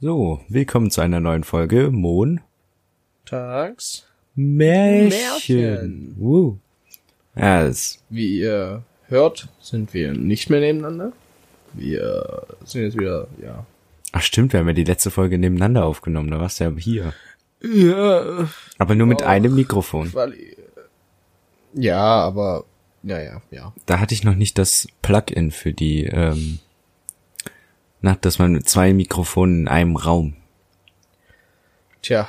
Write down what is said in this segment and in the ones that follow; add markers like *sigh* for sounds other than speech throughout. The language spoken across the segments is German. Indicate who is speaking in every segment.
Speaker 1: So, willkommen zu einer neuen Folge Mon
Speaker 2: Tags,
Speaker 1: Märchen.
Speaker 2: Märchen.
Speaker 1: Woo. Ja, das,
Speaker 2: wie ihr hört, sind wir nicht mehr nebeneinander. Wir sind jetzt wieder, ja.
Speaker 1: ach stimmt, wir haben ja die letzte Folge nebeneinander aufgenommen, da warst du ja hier.
Speaker 2: Ja,
Speaker 1: Aber nur
Speaker 2: Oh.
Speaker 1: mit einem Mikrofon.
Speaker 2: weil, ja, aber, ja, ja, ja.
Speaker 1: Da hatte ich noch nicht das Plugin für die, ähm, na, dass man mit zwei Mikrofonen in einem Raum.
Speaker 2: Tja,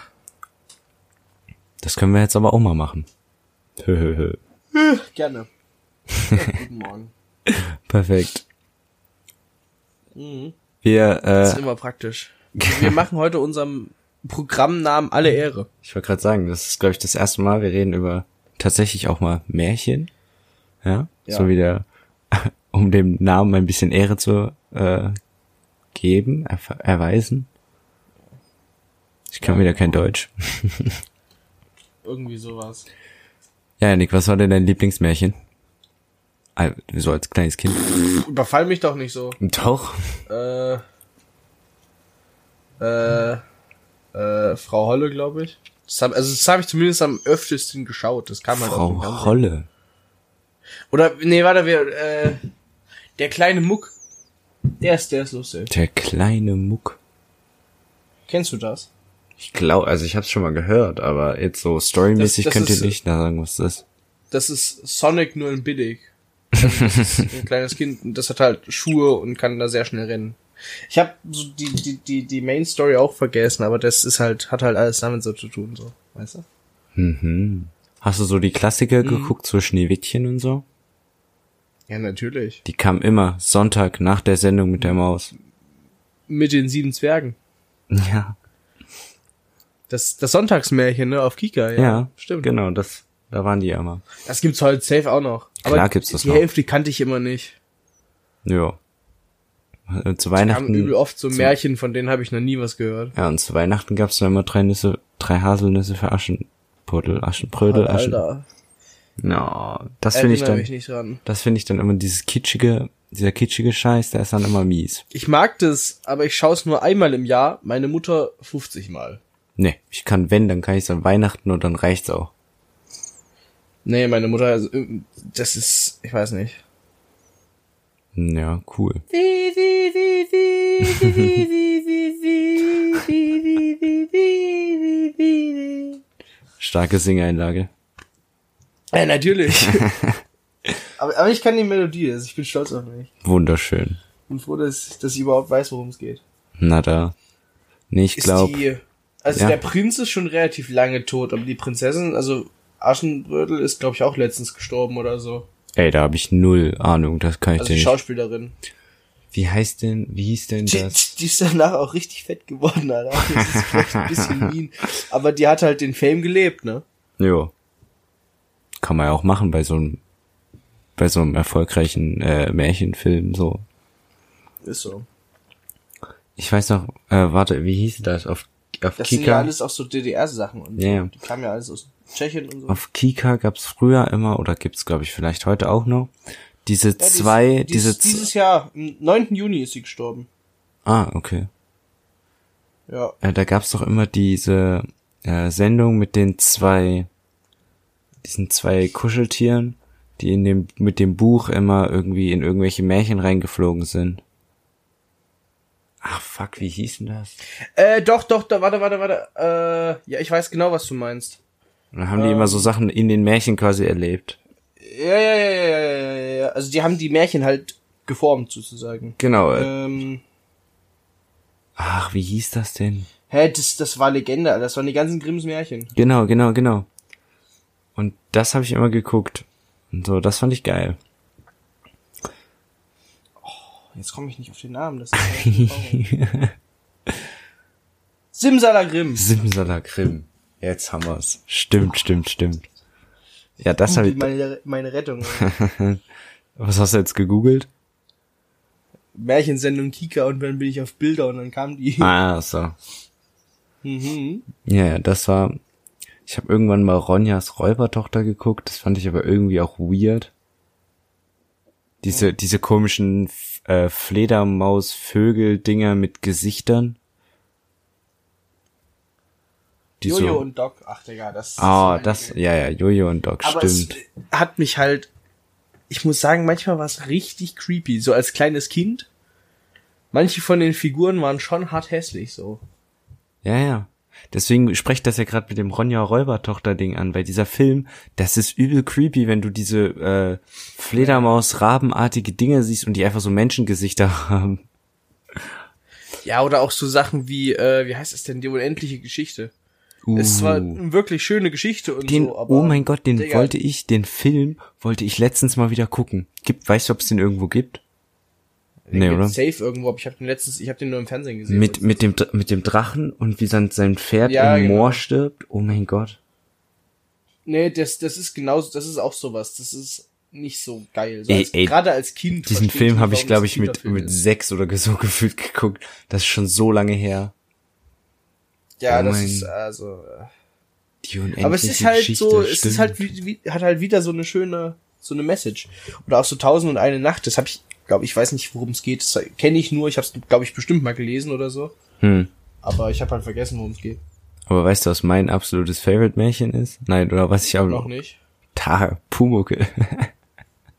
Speaker 1: Das können wir jetzt aber auch mal
Speaker 2: *laughs*
Speaker 1: machen. Höhöhö.
Speaker 2: gerne. Ja, guten Morgen.
Speaker 1: Perfekt.
Speaker 2: Mhm.
Speaker 1: Wir,
Speaker 2: Das
Speaker 1: äh,
Speaker 2: ist immer praktisch. Wir machen heute unserem Programmnamen alle Ehre.
Speaker 1: ich wollte gerade sagen, das ist, glaube ich, das erste Mal, wir reden über tatsächlich auch mal Märchen. Ja,
Speaker 2: Ja.
Speaker 1: so wieder, *laughs* um dem Namen ein bisschen Ehre zu äh, geben, erf- erweisen. Ich kann wieder kein Deutsch.
Speaker 2: Irgendwie sowas.
Speaker 1: Ja, Nick, was war denn dein Lieblingsmärchen? Ah, So als kleines Kind.
Speaker 2: Überfall mich doch nicht so.
Speaker 1: Doch.
Speaker 2: Äh, äh, äh, Frau Holle, glaube ich. Das hab, also das habe ich zumindest am öftesten geschaut. Das kam halt auf dem
Speaker 1: Frau
Speaker 2: Fernsehen.
Speaker 1: Holle.
Speaker 2: Oder, nee, warte, wir, äh, der kleine Muck, der ist, der ist lustig.
Speaker 1: Der kleine Muck.
Speaker 2: Kennst du das?
Speaker 1: Ich glaube, also ich habe es schon mal gehört, aber jetzt so storymäßig
Speaker 2: Das- das
Speaker 1: könnt ihr
Speaker 2: ist-
Speaker 1: nicht da sagen, was das ist.
Speaker 2: Das ist Sonic nur in billig. Also, Das ist ein kleines Kind und das hat halt Schuhe und kann da sehr schnell rennen. Ich habe so die, die, die, die Main Story auch vergessen, aber das ist halt, hat halt alles damit so zu tun, so, weißt du?
Speaker 1: Mhm. Hast du so die
Speaker 2: Mhm.
Speaker 1: Klassiker geguckt, so Schneewittchen und so?
Speaker 2: Ja, natürlich.
Speaker 1: Die kamen immer Sonntag nach der Sendung mit der Maus.
Speaker 2: Mit den sieben Zwergen.
Speaker 1: Ja.
Speaker 2: Das, das Sonntagsmärchen, ne, auf Kika, ja.
Speaker 1: Ja,
Speaker 2: stimmt.
Speaker 1: Genau, das, da waren die ja immer.
Speaker 2: Das gibt's heute safe auch noch. Aber
Speaker 1: Klar gibt's das
Speaker 2: die
Speaker 1: noch.
Speaker 2: Hälfte kannte ich immer nicht.
Speaker 1: Ja. Äh, Zu
Speaker 2: Wir haben
Speaker 1: Weihnachten.
Speaker 2: übel oft so Märchen, von denen habe ich noch nie was gehört.
Speaker 1: Ja, und zu Weihnachten gab's da immer drei Nüsse, drei Haselnüsse für Aschenputtel, Aschenbrödel, Aschen.
Speaker 2: Alter,
Speaker 1: No, das finde ich
Speaker 2: erinnere mich
Speaker 1: dann,
Speaker 2: nicht dran.
Speaker 1: das finde ich dann immer dieses kitschige, dieser kitschige Scheiß, der ist dann immer mies.
Speaker 2: Ich mag das, aber ich schaue es nur einmal im Jahr, meine Mutter 50 Mal.
Speaker 1: Nee, Ne, ich kann wenn, dann kann ich's an Weihnachten und dann reicht's auch.
Speaker 2: Nee, meine Mutter, also, äh, das ist, ich
Speaker 1: *laughs*
Speaker 2: weiß nicht.
Speaker 1: Hm, Ja, cool. Starke Singeinlage.
Speaker 2: Ja, natürlich. *laughs* aber, aber ich kann die Melodie, also ich bin stolz auf mich.
Speaker 1: Wunderschön.
Speaker 2: Und froh, dass, dass ich überhaupt weiß, worum es geht.
Speaker 1: Na da. Nee, ich
Speaker 2: Ist
Speaker 1: glaub,
Speaker 2: die, also
Speaker 1: Ja.
Speaker 2: der Prinz ist schon relativ lange tot, aber die Prinzessin, also Aschenbrödel ist, glaube ich, auch letztens gestorben oder so.
Speaker 1: ey, da habe ich null Ahnung, das kann ich
Speaker 2: Also die
Speaker 1: dir nicht.
Speaker 2: Schauspielerin.
Speaker 1: Wie heißt denn, wie hieß denn
Speaker 2: Die,
Speaker 1: das?
Speaker 2: die ist danach auch richtig fett geworden, Alter. Das ist vielleicht ein
Speaker 1: *laughs*
Speaker 2: bisschen mean. Aber die hat halt den Fame gelebt, ne?
Speaker 1: Jo. Kann man ja auch machen bei so einem, bei so einem erfolgreichen äh, Märchenfilm, so.
Speaker 2: Ist so.
Speaker 1: Ich weiß noch, äh, warte, wie hieß das? Auf, auf
Speaker 2: Das sind ja
Speaker 1: Kika?
Speaker 2: alles auch so DDR-Sachen und
Speaker 1: Ja, ja.
Speaker 2: so. Die kamen ja alles aus Tschechien und so.
Speaker 1: Auf Kika gab's früher immer, oder gibt's glaube ich vielleicht heute auch noch, diese
Speaker 2: Ja, die ist-
Speaker 1: zwei,
Speaker 2: die ist,
Speaker 1: diese, z-
Speaker 2: Dieses Jahr, am 9. Juni ist sie gestorben.
Speaker 1: ah, okay.
Speaker 2: Ja.
Speaker 1: äh, da gab's doch immer diese äh, Sendung mit den zwei, diesen zwei Kuscheltieren, die in dem, mit dem Buch immer irgendwie in irgendwelche Märchen reingeflogen sind. Ach fuck, wie hieß denn das?
Speaker 2: Äh, doch, doch, da, warte, warte, warte. Äh, ja, ich weiß genau, was du meinst.
Speaker 1: Und dann haben die immer so Sachen in den Märchen quasi erlebt.
Speaker 2: Ja, ja, ja, ja, ja, ja, ja, ja. Also die haben die Märchen halt geformt, sozusagen.
Speaker 1: Genau. Äh.
Speaker 2: Ähm,
Speaker 1: Ach, wie hieß das denn?
Speaker 2: hä, das, das war Legende, Alter. das waren die ganzen Grimms Märchen.
Speaker 1: Genau, genau, genau. Und das habe ich immer geguckt. Und so, das fand ich geil.
Speaker 2: Jetzt komme ich nicht auf den Namen, das ist
Speaker 1: *laughs*
Speaker 2: Simsalagrim.
Speaker 1: Simsalakrim. Jetzt haben wir's. Stimmt, stimmt, stimmt. Ja, das habe ich.
Speaker 2: Meine,
Speaker 1: *laughs*
Speaker 2: meine Rettung.
Speaker 1: Was hast du jetzt gegoogelt?
Speaker 2: Märchensendung Kika und dann bin ich auf Bilder und dann kam die.
Speaker 1: Ah, so.
Speaker 2: Mhm.
Speaker 1: Ja, ja, das war. Ich habe irgendwann mal Ronjas Räubertochter geguckt. Das fand ich aber irgendwie auch weird. Diese diese komischen äh, Fledermaus-Vögel-Dinger mit Gesichtern. die
Speaker 2: Jojo
Speaker 1: so.
Speaker 2: und Doc, ach Digga, das
Speaker 1: Ah,
Speaker 2: so
Speaker 1: das,
Speaker 2: ein-
Speaker 1: ja, ja, Jojo und Doc,
Speaker 2: Aber
Speaker 1: stimmt.
Speaker 2: es hat mich halt, ich muss sagen, manchmal war es richtig creepy, so als kleines Kind. Manche von den Figuren waren schon hart hässlich, so.
Speaker 1: Ja, ja. Deswegen sprecht das ja gerade mit dem Ronja Räubertochter-Ding an, weil dieser Film, das ist übel creepy, wenn du diese äh, Fledermaus-Rabenartige Dinger siehst und die einfach so Menschengesichter *laughs* haben.
Speaker 2: Ja, oder auch so Sachen wie, äh, wie heißt es denn, die unendliche Geschichte. Es war eine wirklich schöne Geschichte und
Speaker 1: Uh. den,
Speaker 2: so, aber.
Speaker 1: oh mein Gott, den
Speaker 2: Digga,
Speaker 1: wollte ich, den Film wollte ich letztens mal wieder gucken. Gibt, weißt du, ob es den irgendwo gibt?
Speaker 2: den
Speaker 1: nee,
Speaker 2: gibt's
Speaker 1: oder?
Speaker 2: Safe irgendwo, aber ich habe den letztens, ich habe den nur im Fernsehen gesehen.
Speaker 1: Mit, mit dem, Dr- mit dem Drachen und wie sein, sein Pferd
Speaker 2: Ja,
Speaker 1: im
Speaker 2: genau.
Speaker 1: Moor stirbt. Oh mein Gott.
Speaker 2: Nee, das, das ist genauso, das ist auch sowas. Das ist nicht so geil. So
Speaker 1: Ey,
Speaker 2: als,
Speaker 1: ey,
Speaker 2: gerade als Kind.
Speaker 1: Diesen
Speaker 2: verstehe
Speaker 1: Film
Speaker 2: nicht,
Speaker 1: habe ich,
Speaker 2: warum
Speaker 1: glaube
Speaker 2: das
Speaker 1: ich,
Speaker 2: ein
Speaker 1: mit,
Speaker 2: Kinderfilm
Speaker 1: mit
Speaker 2: ist.
Speaker 1: sechs oder so *laughs* gefühlt geguckt. Das ist schon so lange her.
Speaker 2: Ja,
Speaker 1: Oh
Speaker 2: das
Speaker 1: mein-
Speaker 2: ist also. äh,
Speaker 1: Die unendliche
Speaker 2: Aber es ist halt
Speaker 1: Geschichte,
Speaker 2: so, es
Speaker 1: stimmt.
Speaker 2: ist halt wie, wie, hat halt wieder so eine schöne, so eine Message. Oder auch so Tausend und eine Nacht. Das habe ich, glaube ich, weiß nicht, worum es geht. Das kenne ich nur. Ich habe es, glaube ich, bestimmt mal gelesen oder so.
Speaker 1: Hm.
Speaker 2: Aber ich habe halt vergessen, worum es geht.
Speaker 1: Aber weißt du, was mein absolutes Favorite-Märchen ist? Nein, oder was ich aber
Speaker 2: Noch nicht.
Speaker 1: Da, Pumuckel.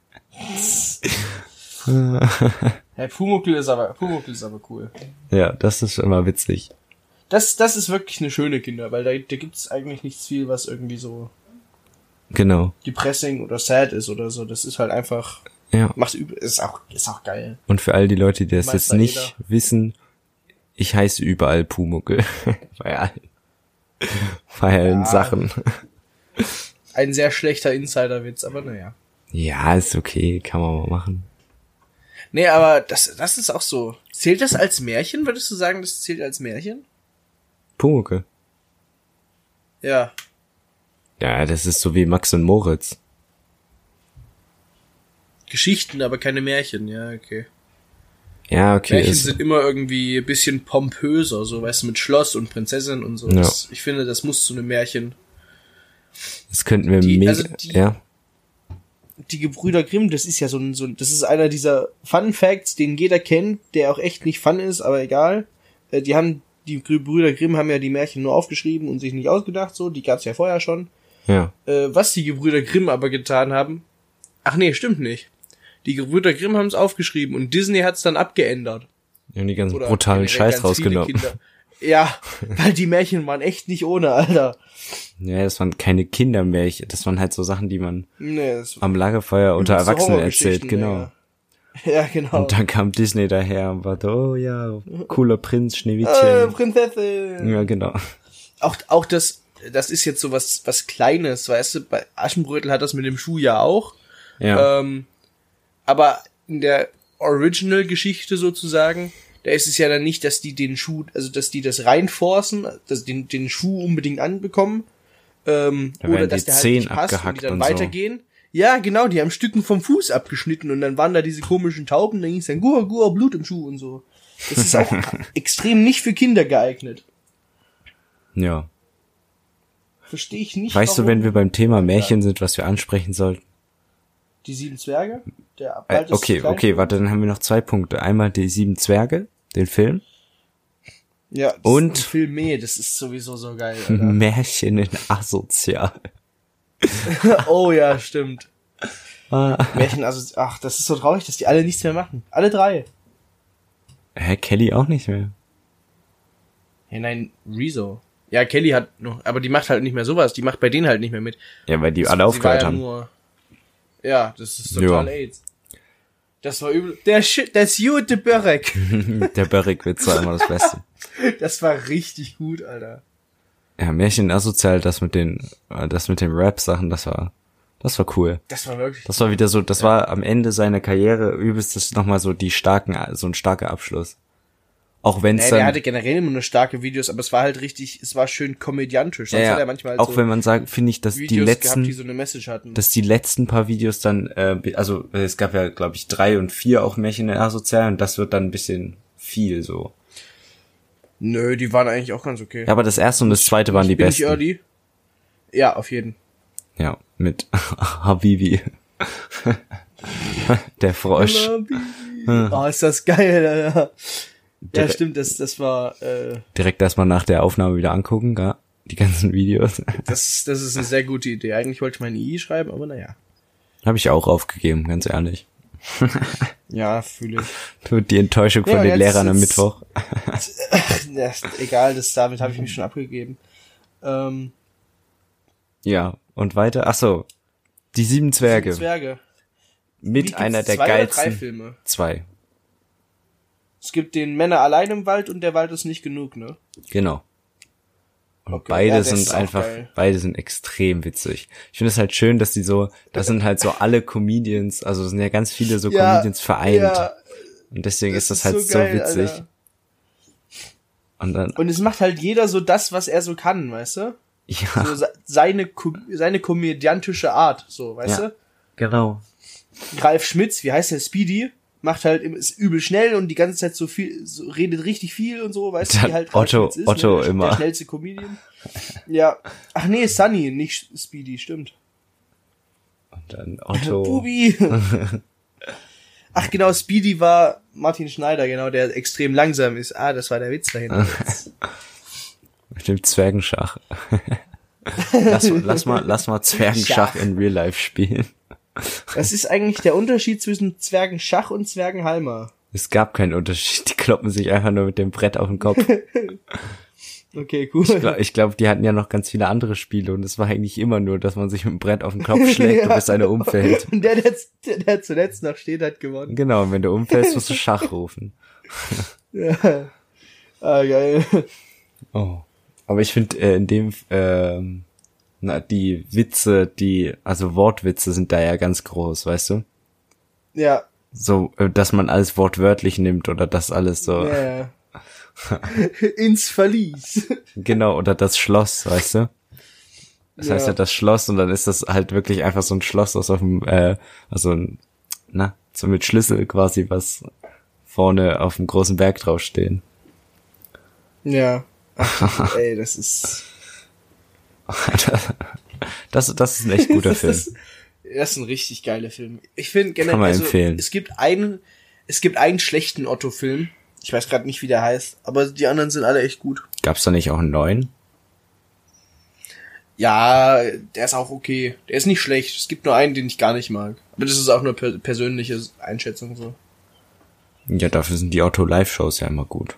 Speaker 1: *laughs*
Speaker 2: Hey, Pumuckl ist aber, Pumuckl ist aber cool.
Speaker 1: ja, das ist immer witzig.
Speaker 2: Das, das ist wirklich eine schöne Kinder, weil da, da gibt's eigentlich nichts viel, was irgendwie so
Speaker 1: Genau.
Speaker 2: depressing oder sad ist oder so. Das ist halt einfach,
Speaker 1: Ja.
Speaker 2: macht übel, ist auch, ist auch geil.
Speaker 1: Und für all die Leute, die das
Speaker 2: Weiß
Speaker 1: jetzt
Speaker 2: da
Speaker 1: nicht
Speaker 2: jeder.
Speaker 1: wissen, ich heiße überall Pumuckel. *laughs* Bei allen. Bei allen
Speaker 2: Ja.
Speaker 1: Sachen.
Speaker 2: Ein sehr schlechter Insiderwitz, aber naja.
Speaker 1: Ja, ist okay, kann man mal machen.
Speaker 2: Nee, aber das, das ist auch so. Zählt das als Märchen? Würdest du sagen, das zählt als Märchen?
Speaker 1: Pumuckel.
Speaker 2: Ja.
Speaker 1: Ja, das ist so wie Max und Moritz.
Speaker 2: Geschichten, aber keine Märchen, ja, okay.
Speaker 1: Ja, okay.
Speaker 2: Märchen
Speaker 1: ist,
Speaker 2: sind immer irgendwie ein bisschen pompöser, so, weißt du, mit Schloss und Prinzessin und so.
Speaker 1: Ja.
Speaker 2: Das, ich finde, das muss zu einem Märchen.
Speaker 1: das könnten wir
Speaker 2: die-
Speaker 1: mega.
Speaker 2: also die-
Speaker 1: ja.
Speaker 2: die Gebrüder Grimm, das ist ja so ein, so ein, das ist einer dieser Fun Facts, den jeder kennt, der auch echt nicht fun ist, aber egal. Äh, Die haben, die Gebrüder Grimm haben ja die Märchen nur aufgeschrieben und sich nicht ausgedacht, so, die gab's ja vorher schon.
Speaker 1: Ja.
Speaker 2: Äh, was die Gebrüder Grimm aber getan haben, ach nee, stimmt nicht. Die Gebrüder Grimm haben's aufgeschrieben und Disney hat's dann abgeändert.
Speaker 1: Und die ganzen
Speaker 2: Oder
Speaker 1: brutalen
Speaker 2: generell
Speaker 1: Scheiß
Speaker 2: ganz viele
Speaker 1: rausgenommen.
Speaker 2: Kinder.
Speaker 1: *laughs*
Speaker 2: Ja, weil die Märchen waren echt nicht ohne, Alter.
Speaker 1: Ja, das waren keine Kindermärchen, das waren halt so Sachen, die man
Speaker 2: Nee, das
Speaker 1: am Lagerfeuer unter
Speaker 2: das sind
Speaker 1: Erwachsenen erzählt,
Speaker 2: Horrorgeschichten,
Speaker 1: genau.
Speaker 2: *laughs* Ja, ja genau.
Speaker 1: Und dann kam Disney daher und war so, oh ja, cooler Prinz,
Speaker 2: äh,
Speaker 1: Schneewittchen.
Speaker 2: Prinzessin.
Speaker 1: ja, genau.
Speaker 2: auch, auch das, das ist jetzt so was, was Kleines, weißt du, bei Aschenbrötel hat das mit dem Schuh ja auch.
Speaker 1: Ja.
Speaker 2: Ähm, aber in der Original-Geschichte sozusagen, da ist es ja dann nicht, dass die den Schuh, also dass die das reinforcen, dass den, den Schuh unbedingt anbekommen, ähm,
Speaker 1: Da
Speaker 2: oder
Speaker 1: werden
Speaker 2: dass
Speaker 1: die
Speaker 2: der halt
Speaker 1: Zehen
Speaker 2: nicht passt und die
Speaker 1: abgehackt
Speaker 2: dann
Speaker 1: und so.
Speaker 2: weitergehen. Ja, genau, die haben Stücken vom Fuß abgeschnitten und dann waren da diese komischen Tauben, dann ging's dann guah, guah, Blut im Schuh und so. Das ist
Speaker 1: *laughs*
Speaker 2: auch extrem nicht für Kinder geeignet.
Speaker 1: ja.
Speaker 2: Verstehe ich nicht.
Speaker 1: Weißt du,
Speaker 2: warum.
Speaker 1: wenn wir beim Thema Märchen sind, was wir ansprechen sollten?
Speaker 2: Die sieben Zwerge? Der
Speaker 1: Äh,
Speaker 2: Wald ist
Speaker 1: okay,
Speaker 2: klein.
Speaker 1: okay, warte, dann haben wir noch zwei Punkte. Einmal die sieben Zwerge, den Film.
Speaker 2: Ja, das
Speaker 1: Und-
Speaker 2: ist ein Film mehr, das ist sowieso
Speaker 1: *laughs*
Speaker 2: so geil. Alter.
Speaker 1: Märchen in asozial.
Speaker 2: oh ja, stimmt.
Speaker 1: Ah.
Speaker 2: Märchen, also, ach, das ist so traurig, dass die alle nichts mehr machen. Alle drei.
Speaker 1: Hä, Kelly auch nicht mehr.
Speaker 2: Ja, nein, Rezo. Ja, Kelly hat noch, aber die macht halt nicht mehr sowas, die macht bei denen halt nicht mehr mit.
Speaker 1: Ja, weil die
Speaker 2: Das-
Speaker 1: alle
Speaker 2: sie
Speaker 1: aufgehört
Speaker 2: war ja
Speaker 1: haben.
Speaker 2: Nur, ja, das ist total
Speaker 1: Ja.
Speaker 2: AIDS. Das war übel. Der Sch das
Speaker 1: *laughs*
Speaker 2: Jute Börek.
Speaker 1: Der Berrick-Witz war immer das Beste.
Speaker 2: Das war richtig gut, Alter.
Speaker 1: Ja, Märchen asozial, das mit den, äh, das mit den Rap-Sachen, das war, das war cool.
Speaker 2: Das war wirklich.
Speaker 1: Das war wieder so, das war am Ende seiner Karriere übelst das nochmal so die starken, so ein starker Abschluss. Auch wenn es
Speaker 2: Nee, der
Speaker 1: dann,
Speaker 2: hatte generell immer nur starke Videos, aber es war halt richtig, es war schön komödiantisch. Sonst
Speaker 1: ja,
Speaker 2: hat er
Speaker 1: ja,
Speaker 2: manchmal halt
Speaker 1: auch
Speaker 2: so
Speaker 1: wenn man sagt, finde ich, dass die
Speaker 2: Videos
Speaker 1: letzten,
Speaker 2: gehabt, die so eine Message hatten.
Speaker 1: dass die letzten paar Videos dann, äh, also äh, es gab ja, glaube ich, drei und vier auch Märchen in asozial und das wird dann ein bisschen viel so.
Speaker 2: Nö, die waren eigentlich auch ganz okay.
Speaker 1: Ja, aber das erste und das zweite waren die
Speaker 2: Bin ich
Speaker 1: besten.
Speaker 2: early? Ja, auf jeden.
Speaker 1: Ja, mit *laughs* Habibi. *laughs* Der Frosch.
Speaker 2: Oh, ist das geil, Alter. Ja,
Speaker 1: Direkt-
Speaker 2: stimmt, das, das war, äh,
Speaker 1: direkt erstmal nach der Aufnahme wieder angucken, ja. die ganzen *laughs* Videos.
Speaker 2: Das, ist- das ist eine sehr gute Idee. Eigentlich wollte ich mal eine I schreiben, aber naja.
Speaker 1: Habe ich auch aufgegeben, ganz ehrlich.
Speaker 2: Ja, fühle ich.
Speaker 1: Die Enttäuschung
Speaker 2: Ja,
Speaker 1: von den
Speaker 2: jetzt-
Speaker 1: Lehrern am
Speaker 2: jetzt-
Speaker 1: Mittwoch.
Speaker 2: Ja, ist egal, das, damit habe ich mich schon abgegeben. Ähm,
Speaker 1: Ja, und weiter. Ach so, die sieben Zwerge
Speaker 2: Zwerge. Wie
Speaker 1: mit
Speaker 2: gibt's
Speaker 1: einer der
Speaker 2: zwei Oder drei
Speaker 1: geilsten
Speaker 2: Filme.
Speaker 1: zwei.
Speaker 2: Es gibt den Männer allein im Wald und der Wald ist nicht genug, ne?
Speaker 1: Genau. Und
Speaker 2: Okay,
Speaker 1: beide
Speaker 2: ja, das
Speaker 1: sind
Speaker 2: ist auch
Speaker 1: einfach,
Speaker 2: geil.
Speaker 1: beide sind extrem witzig. Ich finde es halt schön, dass die so, das sind halt so alle Comedians, also es sind ja ganz viele so Comedians vereint. und deswegen ist das halt so,
Speaker 2: geil,
Speaker 1: witzig.
Speaker 2: Alter.
Speaker 1: Und dann,
Speaker 2: Und es macht halt jeder so das, was er so kann, weißt du?
Speaker 1: *laughs* ja, *laughs*
Speaker 2: So se- seine, Ko- seine komödiantische Art, so, weißt
Speaker 1: Ja.
Speaker 2: du?
Speaker 1: genau.
Speaker 2: Ralf Schmitz, wie heißt der Speedy? Macht halt im- ist übel schnell und die ganze Zeit so viel, so, redet richtig viel und so, weißt du,
Speaker 1: Dann
Speaker 2: wie halt
Speaker 1: Otto-
Speaker 2: Schmitz
Speaker 1: Otto
Speaker 2: der,
Speaker 1: immer.
Speaker 2: Der schnellste Comedian. Ja. Ach nee, Sunny, nicht Speedy, stimmt.
Speaker 1: Und dann Otto. *laughs*
Speaker 2: Bubi! Ach genau, Speedy war Martin Schneider, genau, der extrem langsam ist. Ah, das war der
Speaker 1: *laughs*
Speaker 2: Witz dahinter.
Speaker 1: Mit dem Zwergenschach. *laughs* lass, lass mal, lass mal Zwergenschach
Speaker 2: Schach.
Speaker 1: in Real Life spielen.
Speaker 2: Was ist eigentlich der Unterschied zwischen Zwergenschach und Zwergenhalmer?
Speaker 1: Es gab keinen Unterschied. Die kloppen sich einfach nur mit dem Brett auf den Kopf.
Speaker 2: Okay, cool.
Speaker 1: Ich glaube, glaub, die hatten ja noch ganz viele andere Spiele und es war eigentlich immer nur, dass man sich mit dem Brett auf den
Speaker 2: *laughs*
Speaker 1: Kopf schlägt und bis einer umfällt.
Speaker 2: Und *laughs* der, der, der, der zuletzt noch steht, hat gewonnen.
Speaker 1: Genau, und wenn du umfällst, musst du Schach rufen.
Speaker 2: Ja. Ah, geil.
Speaker 1: Oh. Aber ich finde äh, in dem ähm, na, die Witze, die also Wortwitze sind da ja ganz groß, weißt du?
Speaker 2: Ja,
Speaker 1: So, äh, dass man alles wortwörtlich nimmt oder das alles so *laughs*
Speaker 2: ja. Ins Verlies.
Speaker 1: genau oder das Schloss, weißt du? Das heißt ja
Speaker 2: Ja.
Speaker 1: das Schloss und dann ist das halt wirklich einfach so ein Schloss aus auf dem äh, also ein, na so mit Schlüssel quasi was vorne auf dem großen Berg draufstehen. *laughs*
Speaker 2: Ja. Ach, ey, das ist.
Speaker 1: Das das ist ein echt
Speaker 2: *laughs*
Speaker 1: guter
Speaker 2: das
Speaker 1: Film.
Speaker 2: Ist, das ist ein richtig geiler Film. Ich finde generell,
Speaker 1: Kann man
Speaker 2: also,
Speaker 1: empfehlen.
Speaker 2: es gibt einen, es gibt einen schlechten Otto-Film. Ich weiß gerade nicht, wie der heißt, aber die anderen sind alle echt gut.
Speaker 1: Gab's da nicht auch einen neuen?
Speaker 2: Ja, der ist auch okay. Der ist nicht schlecht. Es gibt nur einen, den ich gar nicht mag. Aber das ist auch nur per persönliche Einschätzung so.
Speaker 1: Ja, dafür sind die Otto-Live-Shows ja immer gut.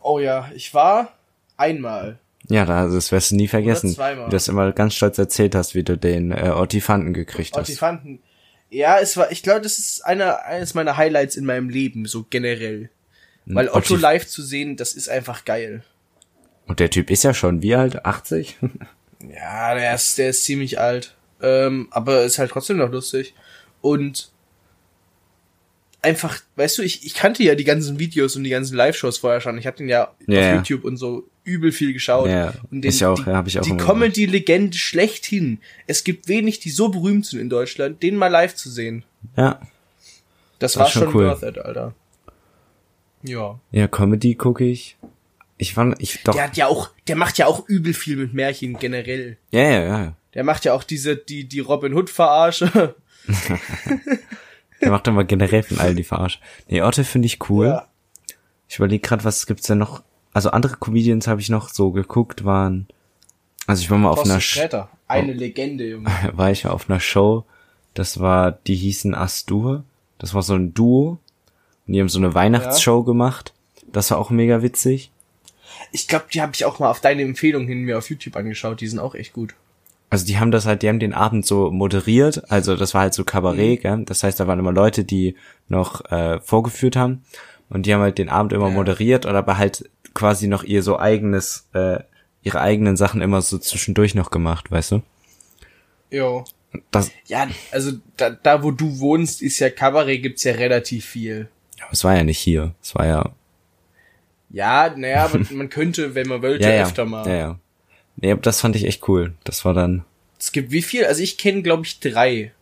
Speaker 2: Oh ja, ich war einmal.
Speaker 1: Ja, da- das wirst du nie vergessen.
Speaker 2: zweimal.
Speaker 1: Wie du das immer ganz stolz erzählt hast, wie du den äh, Ortifanten gekriegt hast.
Speaker 2: Ottifanten. Oh, Ja, es war, ich glaube, das ist einer, eines meiner Highlights in meinem Leben, so generell. Weil Otto
Speaker 1: Ottif-
Speaker 2: live zu sehen, das ist einfach geil.
Speaker 1: Und der Typ ist ja schon wie alt? 80?
Speaker 2: Ja, der ist, der ist ziemlich alt. Ähm, aber ist halt trotzdem noch lustig. Und einfach, weißt du, ich, ich kannte ja die ganzen Videos und die ganzen Live-Shows vorher schon. Ich habe den ja
Speaker 1: Ja, ja.
Speaker 2: auf YouTube und so übel viel geschaut.
Speaker 1: Ja,
Speaker 2: und
Speaker 1: ist ja auch-
Speaker 2: die,
Speaker 1: ja, hab ich auch
Speaker 2: die
Speaker 1: immer
Speaker 2: Comedy-Legende schlechthin. Es gibt wenig, die so berühmt sind in Deutschland, den mal live zu sehen.
Speaker 1: *laughs* ja.
Speaker 2: Das,
Speaker 1: Das
Speaker 2: war
Speaker 1: ist schon
Speaker 2: schon
Speaker 1: cool.
Speaker 2: worth it, Alter. Ja.
Speaker 1: Ja, Comedy gucke ich. Ich war, ich doch.
Speaker 2: Der
Speaker 1: Ja,
Speaker 2: hat ja auch, der macht ja auch übel viel mit Märchen generell.
Speaker 1: ja, ja.
Speaker 2: Der macht ja auch diese, die, die Robin Hood-Verarsche.
Speaker 1: Der macht doch mal generell von allen die Verarsche. Nee, Otto finde ich cool.
Speaker 2: Ja.
Speaker 1: Ich überlege gerade, was gibt's denn noch? Also andere Comedians habe ich noch so geguckt, waren. Also ich war mal
Speaker 2: *laughs*
Speaker 1: auf einer Sch-
Speaker 2: Schredder. Eine Legende, Junge.
Speaker 1: *laughs* war ich auf einer Show, das war, die hießen Astur, das war so ein Duo und die haben so eine Weihnachtsshow gemacht, das war auch mega witzig.
Speaker 2: Ich glaube, die habe ich auch mal auf deine Empfehlung hin mir auf YouTube angeschaut. Die sind auch echt gut.
Speaker 1: Also die haben das halt, die haben den Abend so moderiert, also das war halt so Kabarett,
Speaker 2: Mhm.
Speaker 1: gell? das heißt, da waren immer Leute, die noch äh, vorgeführt haben und die haben halt den Abend immer moderiert und aber halt quasi noch ihr so eigenes, äh, ihre eigenen Sachen immer so zwischendurch noch gemacht, weißt du?
Speaker 2: Jo.
Speaker 1: Das,
Speaker 2: Ja, also da, da wo du wohnst, ist ja Kabarett, gibt's ja relativ viel.
Speaker 1: es war ja nicht hier, es war ja
Speaker 2: Ja, naja,
Speaker 1: *laughs*
Speaker 2: man, man könnte, wenn man wollte,
Speaker 1: ja, ja,
Speaker 2: öfter mal.
Speaker 1: ja, ja. Nee, aber das fand ich echt cool. Das war dann
Speaker 2: Es gibt wie viel? Also ich kenne, glaube ich, drei.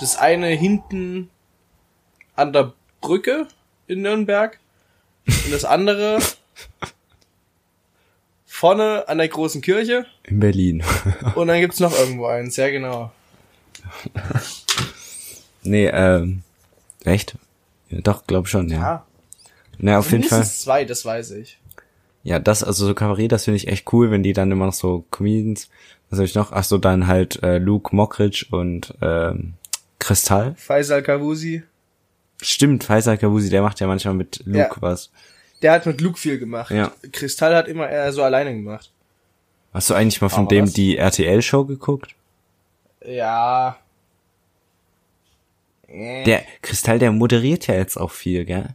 Speaker 2: Das eine hinten an der Brücke in Nürnberg und das andere vorne an der großen Kirche
Speaker 1: in Berlin. *laughs*
Speaker 2: und dann gibt's noch irgendwo eins, ja genau.
Speaker 1: nee, ähm, echt? Ja, doch, glaub schon, ja.
Speaker 2: Ja,
Speaker 1: Na, auf jeden Fall.
Speaker 2: mindestens zwei, das weiß ich.
Speaker 1: Ja, das, also so Kabarett, das finde ich echt cool, wenn die dann immer noch so Comedians, was habe ich noch? Ach so, dann halt äh, Luke Mockridge und ähm, Kristall.
Speaker 2: Faisal Kavusi,
Speaker 1: Stimmt, Faisal Kabusi, der macht ja manchmal mit Luke
Speaker 2: Ja.
Speaker 1: was.
Speaker 2: der hat mit Luke viel gemacht.
Speaker 1: Ja.
Speaker 2: Kristall hat immer eher so alleine gemacht.
Speaker 1: Hast du eigentlich mal von
Speaker 2: Aber
Speaker 1: dem
Speaker 2: was?
Speaker 1: die RTL-Show geguckt?
Speaker 2: Ja. Äh.
Speaker 1: Der Kristall, der moderiert ja jetzt auch viel, gell?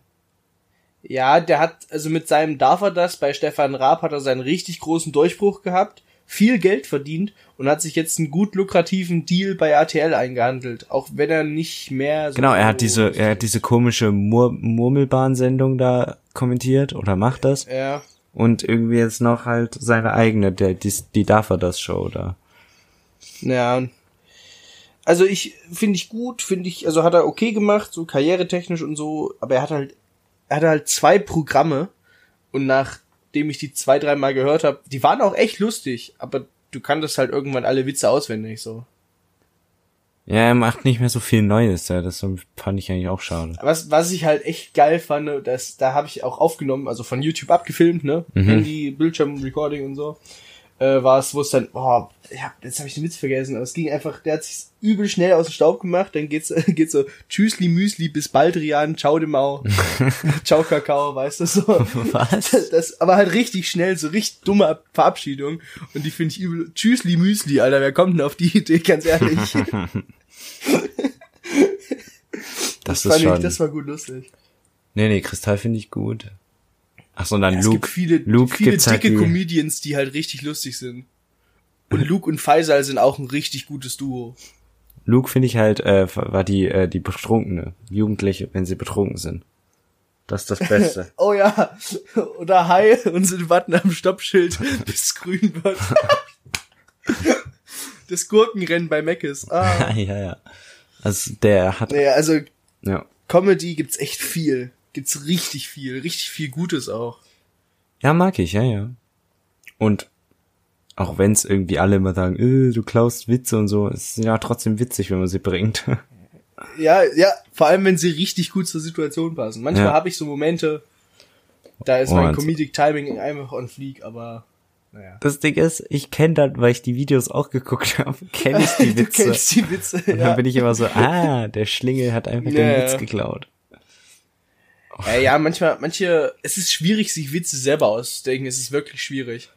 Speaker 2: Ja, der hat, also mit seinem Darf er das, bei Stefan Raab hat er seinen richtig großen Durchbruch gehabt, viel Geld verdient und hat sich jetzt einen gut lukrativen Deal bei RTL eingehandelt, auch wenn er nicht mehr so
Speaker 1: Genau, er hat diese, er hat diese komische Mur Murmelbahn-Sendung da kommentiert oder macht das.
Speaker 2: Ja.
Speaker 1: Und irgendwie jetzt noch halt seine eigene, der, die, die darf er das Show da.
Speaker 2: Ja. Also ich finde ich gut, finde ich, also hat er okay gemacht, so karrieretechnisch und so, aber er hat halt, er hatte halt zwei Programme und nachdem ich die zwei, dreimal gehört habe, die waren auch echt lustig, aber du kanntest halt irgendwann alle Witze auswendig so.
Speaker 1: Ja, er macht nicht mehr so viel Neues, ja, das fand ich eigentlich auch schade.
Speaker 2: Was, was ich halt echt geil fand, das, da habe ich auch aufgenommen, also von YouTube abgefilmt, ne?
Speaker 1: Mhm.
Speaker 2: Handy, Bildschirm, Recording und so. Äh, war es, wo es dann, oh, ja, jetzt habe ich den Witz vergessen, aber es ging einfach, der hat sich übel schnell aus dem Staub gemacht, dann geht's, *laughs* geht's so, tschüssli, müsli, bis bald, Rian, ciao
Speaker 1: *laughs*
Speaker 2: dem Au, ciao Kakao, weißt du so.
Speaker 1: Was?
Speaker 2: Das, aber halt richtig schnell, so richtig dumme Ab- Verabschiedung und die finde ich übel, tschüssli, müsli, Alter, wer kommt denn auf die Idee, ganz
Speaker 1: *laughs*
Speaker 2: ehrlich.
Speaker 1: Das, ist
Speaker 2: fand
Speaker 1: schon.
Speaker 2: ich, das war gut lustig.
Speaker 1: nee, nee, Kristall finde ich gut. Ach so, und dann
Speaker 2: Ja,
Speaker 1: Luke.
Speaker 2: Es gibt viele,
Speaker 1: Luke
Speaker 2: viele
Speaker 1: gibt's
Speaker 2: dicke
Speaker 1: halt die-
Speaker 2: Comedians, die halt richtig lustig sind. Und Luke und Faisal sind auch ein richtig gutes Duo.
Speaker 1: Luke finde ich halt, äh, war die, äh, die Betrunkene. Jugendliche, wenn sie betrunken sind. Das
Speaker 2: *laughs*
Speaker 1: ist das Beste. *laughs*
Speaker 2: Oh ja, *laughs* oder Hi und sind warten am Stoppschild, *laughs* bis es grün wird. *laughs* das Gurkenrennen bei Meckes. Ah.
Speaker 1: ja, ja. Also, der hat,
Speaker 2: Naja, also
Speaker 1: ja.
Speaker 2: Comedy gibt's echt viel. Gibt's richtig viel, richtig viel Gutes auch.
Speaker 1: Ja, mag ich, ja, ja. Und auch wenn's irgendwie alle immer sagen, äh, du klaust Witze und so, es ist ja trotzdem witzig, wenn man sie bringt. *laughs*
Speaker 2: Ja, ja, vor allem wenn sie richtig gut zur Situation passen. Manchmal
Speaker 1: Ja. Oh,
Speaker 2: habe ich so Momente, da ist mein
Speaker 1: Und-
Speaker 2: Comedic Timing einfach on fleek, aber naja.
Speaker 1: Das Ding ist, ich kenne dann, weil ich die Videos auch geguckt *laughs* habe, kenne ich die Witze.
Speaker 2: *laughs* Du kennst die Witze,
Speaker 1: Und dann
Speaker 2: ja.
Speaker 1: bin ich immer so, ah, der Schlingel hat einfach
Speaker 2: Ja,
Speaker 1: den
Speaker 2: ja.
Speaker 1: Witz geklaut.
Speaker 2: Ja, ja, manchmal, manche, es ist schwierig, sich Witze selber auszudenken, es ist wirklich schwierig.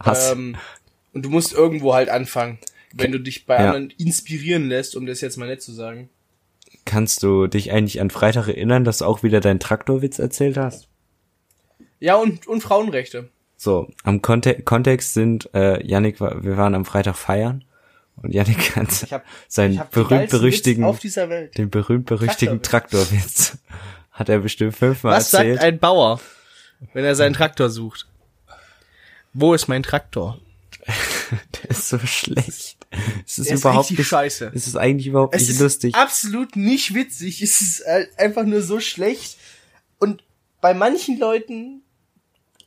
Speaker 1: Hass.
Speaker 2: Ähm, und du musst irgendwo halt anfangen, wenn du dich bei
Speaker 1: Ja.
Speaker 2: anderen inspirieren lässt, um das jetzt mal nett zu sagen.
Speaker 1: Kannst du dich eigentlich an Freitag erinnern, dass du auch wieder deinen Traktorwitz erzählt hast?
Speaker 2: Ja, und, und Frauenrechte.
Speaker 1: So, am Konte Kontext sind, äh, Yannick, war, wir waren am Freitag feiern und Yannick hat
Speaker 2: Ich hab, ich
Speaker 1: seinen
Speaker 2: hab die geilsten Witze
Speaker 1: berühmt-berüchtigen
Speaker 2: auf dieser Welt.
Speaker 1: den berühmt-berüchtigten Traktorwitz. *laughs* Hat er bestimmt fünfmal
Speaker 2: Was
Speaker 1: erzählt.
Speaker 2: sagt ein Bauer, wenn er seinen Traktor sucht? Wo ist mein Traktor?
Speaker 1: der *laughs* ist so schlecht. Es ist,
Speaker 2: Der ist
Speaker 1: überhaupt
Speaker 2: richtig
Speaker 1: nicht,
Speaker 2: scheiße.
Speaker 1: Es ist eigentlich überhaupt
Speaker 2: Es
Speaker 1: nicht
Speaker 2: ist
Speaker 1: lustig.
Speaker 2: absolut nicht witzig. Es ist äh, einfach nur so schlecht. Und bei manchen Leuten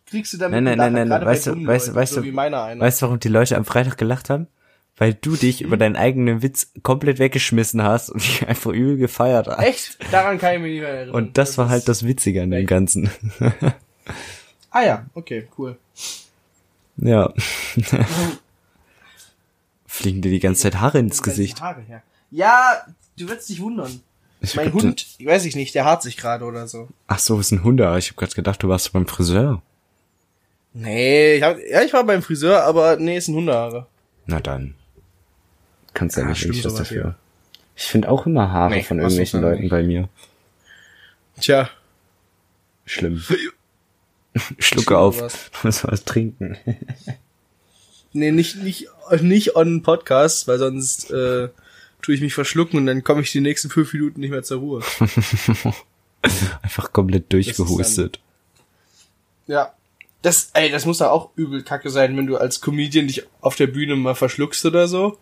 Speaker 2: kriegst du damit
Speaker 1: Nein, nein, nein,
Speaker 2: einen
Speaker 1: nein,
Speaker 2: Lacher, gerade
Speaker 1: weißt
Speaker 2: bei
Speaker 1: du-
Speaker 2: dummen
Speaker 1: weißt du-
Speaker 2: Leuten,
Speaker 1: weißt
Speaker 2: so
Speaker 1: du-
Speaker 2: wie meiner einer.
Speaker 1: Weißt du, warum die Leute am Freitag gelacht haben? Weil du dich über deinen eigenen Witz komplett weggeschmissen hast und dich einfach übel gefeiert hast.
Speaker 2: Echt? Daran kann ich mich nicht mehr erinnern.
Speaker 1: Und das war halt das Witzige an dem Ganzen. *laughs*
Speaker 2: Ah ja, okay, cool.
Speaker 1: ja. Fliegen dir die ganze Zeit Haare ins Gesicht.
Speaker 2: Die Haare her. Ja, du würdest dich wundern.
Speaker 1: Ich
Speaker 2: mein
Speaker 1: glaub, den-
Speaker 2: Hund, ich weiß ich nicht, der hart sich gerade oder so.
Speaker 1: Ach so, ist ein Hunde. Ich habe gerade gedacht, du warst beim Friseur.
Speaker 2: Nee, ich hab, ja, ich war beim Friseur, aber nee, es sind Hundehaare.
Speaker 1: Na dann. Kannst ja
Speaker 2: Ja,
Speaker 1: nicht
Speaker 2: stimmt
Speaker 1: wirklich was
Speaker 2: sowas,
Speaker 1: dafür.
Speaker 2: ja.
Speaker 1: Ich finde auch immer Haare
Speaker 2: Nee,
Speaker 1: von
Speaker 2: was
Speaker 1: irgendwelchen
Speaker 2: auch immer
Speaker 1: Leuten bei mir.
Speaker 2: Tja.
Speaker 1: *laughs* Schlimm.
Speaker 2: Schlucke
Speaker 1: Schlucke auf. *laughs*
Speaker 2: was.
Speaker 1: Muss was trinken. *laughs*
Speaker 2: Nee, nicht, nicht, nicht on Podcast, weil sonst äh, tue ich mich verschlucken und dann komme ich die nächsten fünf Minuten nicht mehr zur Ruhe.
Speaker 1: Einfach komplett durchgehustet.
Speaker 2: Ja. Das, ey, das muss doch auch übel kacke sein, wenn du als Comedian dich auf der Bühne mal verschluckst oder so.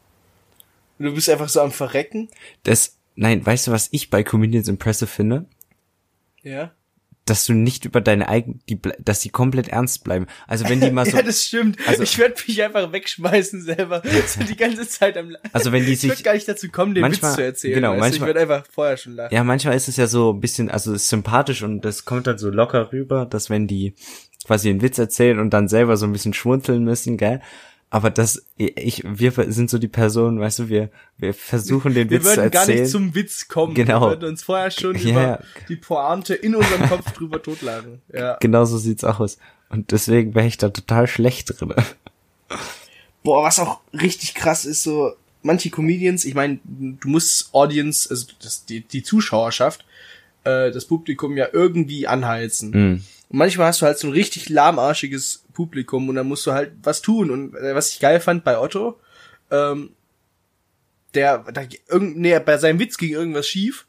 Speaker 2: Und du bist einfach so am Verrecken.
Speaker 1: Das, nein, weißt du, was ich bei Comedians Impressive finde?
Speaker 2: Ja.
Speaker 1: Dass du nicht über deine eigenen, die, ble- dass die komplett ernst bleiben. Also wenn die
Speaker 2: *laughs*
Speaker 1: mal so,
Speaker 2: ja, das stimmt.
Speaker 1: also-
Speaker 2: ich werde mich einfach wegschmeißen selber. So die ganze Zeit am La-
Speaker 1: Also wenn die
Speaker 2: Ich würd
Speaker 1: sich-
Speaker 2: gar nicht dazu kommen, den
Speaker 1: manchmal-
Speaker 2: Witz zu erzählen.
Speaker 1: genau,
Speaker 2: weißt du?
Speaker 1: manchmal-
Speaker 2: Ich werde einfach vorher schon lachen.
Speaker 1: ja, manchmal ist es ja so ein bisschen, also es ist sympathisch und das kommt dann so locker rüber, dass wenn die quasi einen Witz erzählen und dann selber so ein bisschen schmunzeln müssen, gell? Aber das, ich, wir sind so die Personen, weißt du, wir, wir versuchen den
Speaker 2: Wir
Speaker 1: Witz zu
Speaker 2: würden
Speaker 1: erzählen.
Speaker 2: gar nicht zum Witz kommen.
Speaker 1: Genau.
Speaker 2: Wir würden uns vorher schon
Speaker 1: Ja, ja.
Speaker 2: über die Pointe in unserem Kopf drüber totlachen. Ja.
Speaker 1: genau so sieht's aus. Und deswegen wäre ich da total schlecht drin.
Speaker 2: Boah, was auch richtig krass ist, so manche Comedians, ich meine, du musst Audience, also das, die, die Zuschauerschaft, äh, das Publikum ja irgendwie anheizen.
Speaker 1: Mhm.
Speaker 2: Und manchmal hast du halt so ein richtig lahmarschiges Publikum und dann musst du halt was tun. Und äh, was ich geil fand bei Otto, ähm, der, da, irgend, nee, bei seinem Witz ging irgendwas schief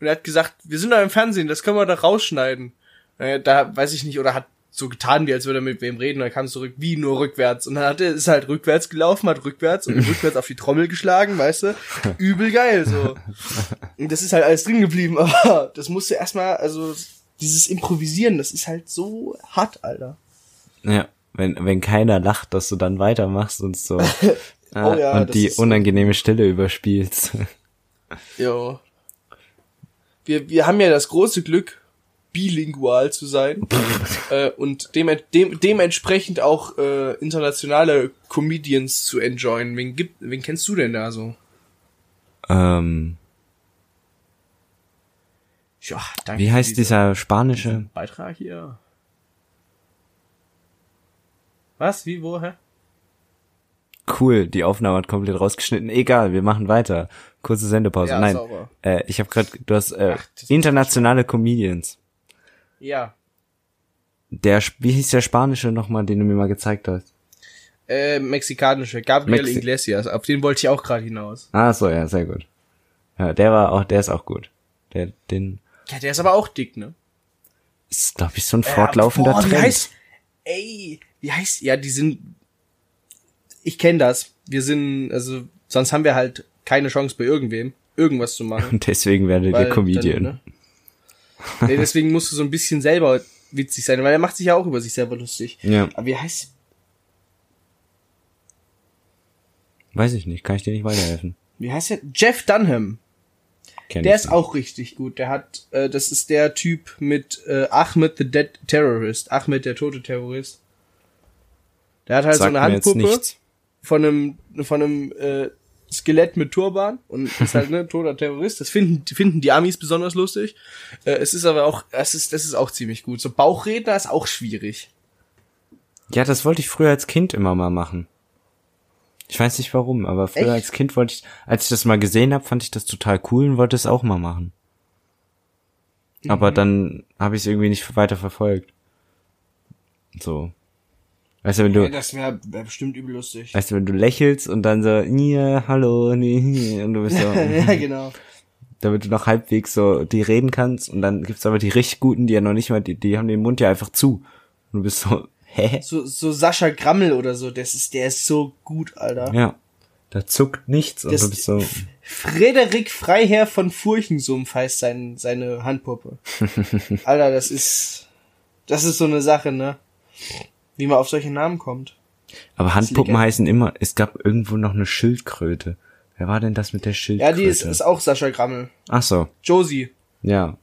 Speaker 2: und er hat gesagt, wir sind doch im Fernsehen, das können wir doch rausschneiden. Äh, da weiß ich nicht, oder hat so getan, wie als würde er mit wem reden, und dann kam es zurück, wie nur rückwärts. Und dann hat er, ist er halt rückwärts gelaufen, hat rückwärts und rückwärts auf die Trommel geschlagen, weißt du? Übel geil, so. Und das ist halt alles drin geblieben, *laughs* aber das musste erstmal, also dieses Improvisieren, das ist halt so hart, Alter.
Speaker 1: Ja, wenn, wenn keiner lacht, dass du dann weitermachst und
Speaker 2: *laughs*
Speaker 1: so.
Speaker 2: Oh
Speaker 1: Äh,
Speaker 2: ja,
Speaker 1: und
Speaker 2: das
Speaker 1: die
Speaker 2: ist-
Speaker 1: unangenehme Stille überspielst.
Speaker 2: Jo. Wir, wir haben ja das große Glück, bilingual zu
Speaker 1: *laughs*
Speaker 2: sein äh, und dem, dem, dementsprechend auch äh, internationale Comedians zu enjoyen. Wen, gibt, wen kennst du denn da so?
Speaker 1: ähm,
Speaker 2: Ja, danke.
Speaker 1: wie
Speaker 2: für
Speaker 1: heißt
Speaker 2: diesen
Speaker 1: dieser spanische?
Speaker 2: Beitrag hier? Was? Wie? Wo? Hä?
Speaker 1: Cool, die Aufnahme hat komplett rausgeschnitten. Egal, wir machen weiter. Kurze Sendepause.
Speaker 2: Ja,
Speaker 1: Nein,
Speaker 2: sauber.
Speaker 1: äh, ich habe gerade, du hast äh,
Speaker 2: Ach, das ist-
Speaker 1: internationale Comedians.
Speaker 2: Ja.
Speaker 1: Der, Sp- wie hieß der spanische nochmal, den du mir mal gezeigt hast?
Speaker 2: Äh, mexikanische, Gabriel
Speaker 1: Mexi-
Speaker 2: Iglesias, auf den wollte ich auch gerade hinaus.
Speaker 1: Ah, so ja, sehr gut. Ja, der war auch, der ist auch gut. Der, den
Speaker 2: Ja, der ist aber auch dick, ne?
Speaker 1: ist, glaube ich, so ein fortlaufender
Speaker 2: Äh, Boah,
Speaker 1: Trend.
Speaker 2: Wie heißt, ey, wie heißt, ja, die sind, ich kenne das. Wir sind, also, sonst haben wir halt keine Chance bei irgendwem, irgendwas
Speaker 1: *laughs*
Speaker 2: zu machen.
Speaker 1: Und *laughs* deswegen werdet ihr
Speaker 2: weil
Speaker 1: Comedian.
Speaker 2: dann, ne? nee, deswegen musst du so ein bisschen selber witzig sein, weil er macht sich ja auch über sich selber lustig.
Speaker 1: Ja.
Speaker 2: Aber wie heißt,
Speaker 1: Weiß ich nicht, kann ich dir nicht weiterhelfen.
Speaker 2: wie heißt der? Jeff Dunham.
Speaker 1: Kenn
Speaker 2: Der
Speaker 1: ich
Speaker 2: ist
Speaker 1: nicht.
Speaker 2: auch richtig gut. Der hat, äh, das ist der Typ mit äh, Ahmed the Dead Terrorist. Ahmed der tote Terrorist. Der hat halt
Speaker 1: Sagt
Speaker 2: so eine
Speaker 1: mir jetzt
Speaker 2: Handpuppe
Speaker 1: nichts.
Speaker 2: von einem von einem äh, Skelett mit Turban und ist halt ne toter Terrorist. Das finden finden die Amis besonders lustig. Äh, es ist aber auch, es ist das ist auch ziemlich gut. So Bauchredner ist auch schwierig.
Speaker 1: Ja, das wollte ich früher als Kind immer mal machen. Ich weiß nicht warum, aber früher
Speaker 2: Echt?
Speaker 1: als Kind wollte ich, als ich das mal gesehen habe, fand ich das total cool und wollte es auch mal machen.
Speaker 2: Mhm.
Speaker 1: Aber dann habe ich es irgendwie nicht weiter verfolgt. So. Weißt du, wenn du,
Speaker 2: das wäre wär bestimmt übel lustig.
Speaker 1: weißt du, wenn du lächelst und dann so, ja, hallo, nee, und du bist so,
Speaker 2: *laughs* *laughs* ja genau.
Speaker 1: damit du noch halbwegs so die reden kannst und dann gibt's aber die richtig guten, die ja noch nicht mal, die, die haben den Mund ja einfach zu. Und du bist so, *laughs* hä?
Speaker 2: So, so Sascha Grammel oder so. Das ist der ist so gut, Alter.
Speaker 1: Ja. Da zuckt nichts und
Speaker 2: Das-
Speaker 1: du bist so,
Speaker 2: Frederik Freiherr von Furchensumpf heißt sein, seine Handpuppe. Alter, das ist, das ist so eine Sache, ne? Wie man auf solche Namen kommt.
Speaker 1: aber Handpuppen
Speaker 2: Legende.
Speaker 1: heißen immer, es gab irgendwo noch eine Schildkröte. Wer war denn das mit der
Speaker 2: Ja,
Speaker 1: Schildkröte?
Speaker 2: die ist, ist auch Sascha Grammel.
Speaker 1: Ach so,
Speaker 2: Josie.
Speaker 1: ja.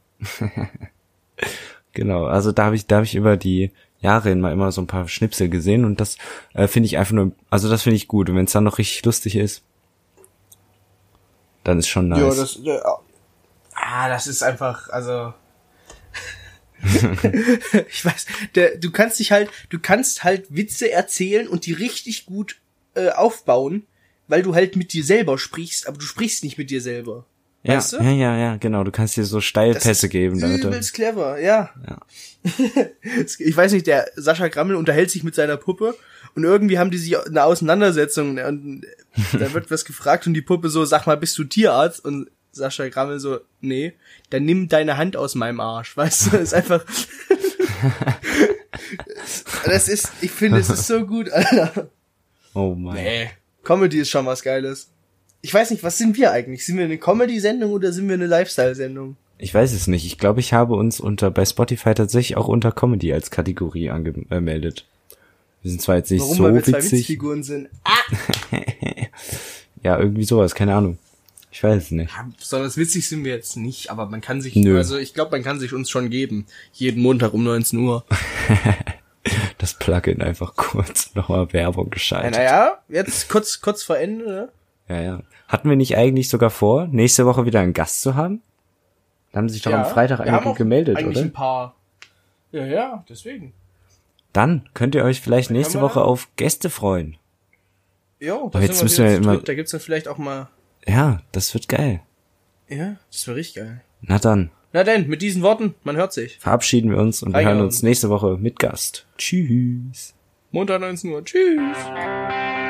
Speaker 1: *laughs* genau, also da habe ich, da habe ich über die Jahre hin mal immer so ein paar Schnipsel gesehen und das äh, finde ich einfach nur, also das finde ich gut und wenn es dann noch richtig lustig ist, dann ist schon nice.
Speaker 2: Ja, das, ja. Ah, das ist einfach, also. *laughs* ich weiß, der, du kannst dich halt, du kannst halt Witze erzählen und die richtig gut äh, aufbauen, weil du halt mit dir selber sprichst, aber du sprichst nicht mit dir selber.
Speaker 1: Ja,
Speaker 2: Weißt du?
Speaker 1: ja, ja, ja, genau. Du kannst dir so
Speaker 2: Das
Speaker 1: Steilpässe
Speaker 2: ist
Speaker 1: geben, damit du,
Speaker 2: Übelst clever, ja. *laughs* ich weiß nicht, der Sascha Grammel unterhält sich mit seiner Puppe und irgendwie haben die sich eine Auseinandersetzung ne, und da wird was gefragt und die Puppe so, sag mal, bist du Tierarzt? Und Sascha Grammel so, nee, dann nimm deine Hand aus meinem Arsch, *laughs* weißt du, ist einfach. das ist, ich finde, es ist so gut, Alter.
Speaker 1: Oh mein.
Speaker 2: Comedy ist schon was Geiles. Ich weiß nicht, was sind wir eigentlich? Sind wir eine Comedy-Sendung oder sind wir eine Lifestyle-Sendung?
Speaker 1: Ich weiß es nicht. Ich glaube, ich habe uns unter bei Spotify tatsächlich auch unter Comedy als Kategorie angemeldet. Wir sind zwar jetzt nicht
Speaker 2: Warum? Weil wir
Speaker 1: so
Speaker 2: zwei
Speaker 1: witzig.
Speaker 2: Witzfiguren sind.
Speaker 1: Ja, irgendwie sowas, keine Ahnung. Ich weiß es nicht.
Speaker 2: Ja, besonders Ah, witzig sind wir jetzt nicht, aber man kann sich,
Speaker 1: Nö.
Speaker 2: also ich glaube, man kann sich uns schon geben. Jeden Montag um 19 Uhr.
Speaker 1: Plugin einfach *laughs* kurz nochmal Werbung geschaltet.
Speaker 2: Naja, Äh, jetzt kurz, kurz vor Ende, ne?
Speaker 1: Ja, ja. Hatten wir nicht eigentlich sogar vor, nächste Woche wieder einen Gast zu haben? Da haben sich doch am Freitag
Speaker 2: wir haben
Speaker 1: einige
Speaker 2: auch
Speaker 1: gemeldet,
Speaker 2: eigentlich
Speaker 1: oder?
Speaker 2: ein paar. Ja, ja, deswegen.
Speaker 1: Dann könnt ihr euch vielleicht nächste
Speaker 2: können wir
Speaker 1: Woche
Speaker 2: dann-
Speaker 1: auf Gäste freuen.
Speaker 2: Jo,
Speaker 1: Aber jetzt müssen wir ja immer-
Speaker 2: Da gibt's dann vielleicht auch mal,
Speaker 1: Ja, das wird geil.
Speaker 2: ja, das wäre richtig geil.
Speaker 1: Na dann,
Speaker 2: Na denn, mit diesen Worten, man hört sich.
Speaker 1: verabschieden wir uns und wir
Speaker 2: Reingehauen.
Speaker 1: hören uns nächste Woche mit Gast. Tschüss.
Speaker 2: Montag 19 Uhr. Tschüss.